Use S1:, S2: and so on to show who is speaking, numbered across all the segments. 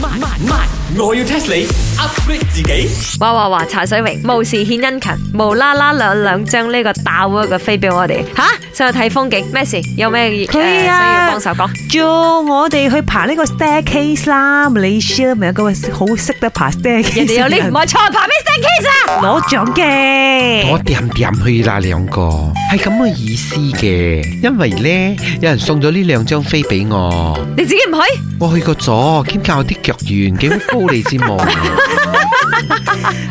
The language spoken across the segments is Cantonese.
S1: 慢慢慢我要 test 你 upgrade 自己。
S2: 哇哇哇！茶水榮無事獻殷勤，無啦啦兩兩張呢個 Tower 嘅飛俾我哋吓，想去睇風景咩事？有咩嘢
S3: 佢
S2: 需要
S3: 啊
S2: 幫手講？
S3: 做我哋去爬呢個 staircase 啦，你 share 咪有個好識得爬 staircase，
S2: 人哋有
S3: 嘅
S2: 呢
S3: 人
S2: 唔係坐 旁邊 staircase 啊！
S3: 攞獎
S4: 我
S3: 嘅。
S4: 掂掂去啦，兩個係咁嘅意思嘅，因為呢，有人送咗呢兩張飛俾我，
S2: 你自己唔去？
S4: 我去過咗，兼教啲腳軟，幾高你知冇？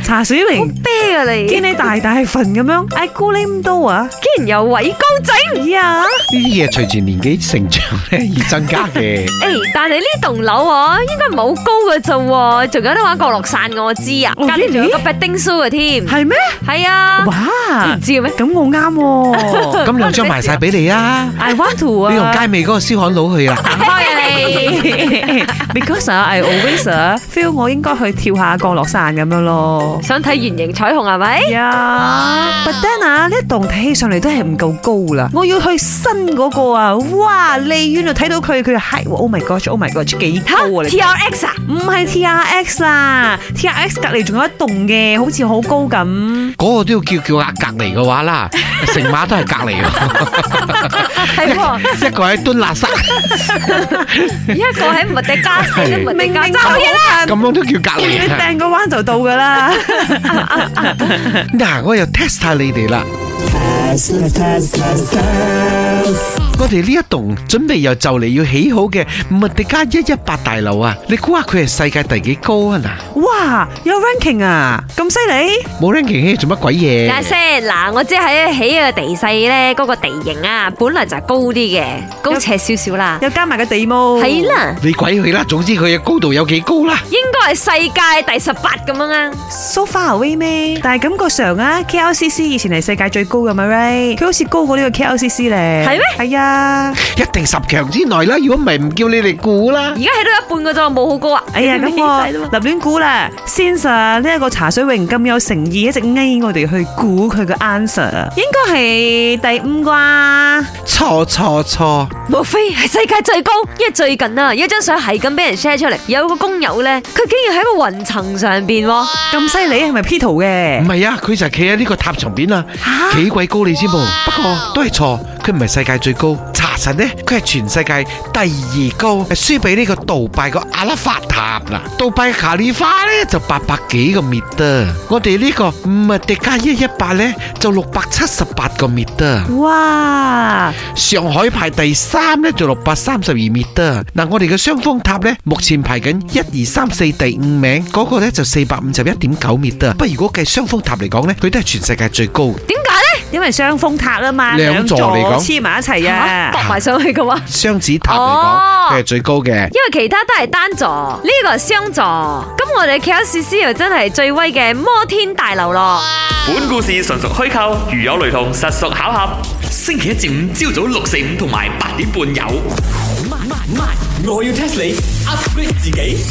S3: 茶水
S2: 好
S3: 榮
S2: 啤啊你！
S3: 見你大大份咁樣，哎估你唔到啊！
S2: 竟然有位高整。
S3: 呀，
S4: 呢啲嘢隨住年紀成長呢而增加嘅。
S2: 诶、但係呢棟樓啊，應該冇高嘅啫喎，仲有得玩降落傘我知啊，
S3: 哦
S2: 隔離仲有個
S3: really？
S2: 白丁酥嘅添，
S3: 係咩？
S2: 係啊，你
S3: 哇
S2: 唔，知嘅咩？
S3: 咁我啱喎
S4: 咁兩張埋晒俾你啊！
S3: ，I want to uh, 啊，
S4: 你用街尾嗰個燒焊佬去啊！
S2: 行開 啊你！
S3: Because 啊，I always uh, 啊 feel 我應該去跳下降落傘咁樣咯。
S2: 想睇圓形彩虹係咪？
S3: 呀，but then 啊，呢一棟睇起上嚟都係唔夠高啦。我要去新嗰個啊，哇，離遠就睇到佢，佢嘅 height 喎，oh my god，oh my god，幾高
S2: 吓
S3: 啊你！
S2: T R X 啊！
S3: 唔係 T R X 啦，T R X 隔離仲有一棟嘅，好似好高咁。
S4: 嗰個都要叫叫阿隔離嘅話啦，成馬都係隔離喎，
S2: 係喎，
S4: 一個喺蹲垃圾，
S2: 一個喺麥迪加斯，
S4: 係
S2: 麥迪
S3: 明明
S2: 加
S3: 就
S2: 州嘅
S3: 好
S4: 咁
S3: 近，
S4: 樣都叫隔
S3: 你
S4: 離啊！
S3: 掟個彎就到 噶啦。
S4: 嗱，我又 test 下你哋啦。我哋呢一棟準備又就嚟要起好嘅麥迪加一一八大樓啊，你估下佢係世界第幾高啊？嗱，
S3: 哇，有 ranking 啊，咁犀利！
S4: 冇 ranking 起做乜鬼嘢
S2: 睇？下先，嗱，我知喺起嘅地勢咧，嗰個地形啊，本來就係高啲嘅，高斜少少啦，
S3: 又加埋個地毛，
S2: 係，啦，
S4: 你鬼佢啦，總之佢嘅高度有幾高啦。
S2: 應該係世界第十八咁樣啊。
S3: so far away 咩？但係感覺上啊，KLCC 以前係世界最高噶嘛，right？佢好似高過呢個 KLCC 咧，
S2: 係咩
S3: 係啊，
S4: 一定十強之內啦，如果唔係唔叫你哋估啦
S2: 而。家起到一半個咋，冇好高啊！
S3: 哎呀，咁我立亂估啦。先實呢一個茶水榮咁有誠意，一直嗌我哋去估佢嘅 answer，應該係第五啩。
S4: 錯錯錯，
S2: 莫非係世界最高？因為最近啊，有一張相係咁俾人 share 出嚟，有個工友咧，佢竟然喺個雲層上邊喎，
S3: 咁犀利係咪 P 圖
S4: 唔
S3: 嘅？
S4: 係啊，佢就係企喺呢個塔上邊啊，幾鬼高你知冇？不過都係錯，佢唔係世界最高。查實呢，佢係全世界第二高，係輸俾呢個杜拜個阿拉法塔啦。杜拜卡利花呢就八百幾個 meter，我哋呢個麥迪加一一八呢就六百七十八個 meter。
S3: 哇！
S4: 上海排第三呢，就六百三十二米得。嗱，我哋嘅雙峰塔呢，目前排緊一二三四第五名，嗰、個呢就四百五十一點九米得。不過如果計雙峰塔嚟講呢，佢都係全世界最高嘅。
S2: 點解咧？
S3: 因為雙峰塔啊嘛，
S4: 兩座嚟講
S3: 黐埋一齊
S2: 嚇
S3: 啊
S2: 駁。埋上去嘅話。
S4: 雙子塔嚟
S2: 哦
S4: 講，佢係最高嘅。
S2: 因為其他都係單座，呢、個係雙座，咁我哋 KLCC 又真係最威嘅摩天大樓咯。
S1: 本故事純屬虛構，如有雷同，實屬巧合。星期一至五朝早六四五同埋八點半有。慢慢慢我要 test 你 upgrade 自己。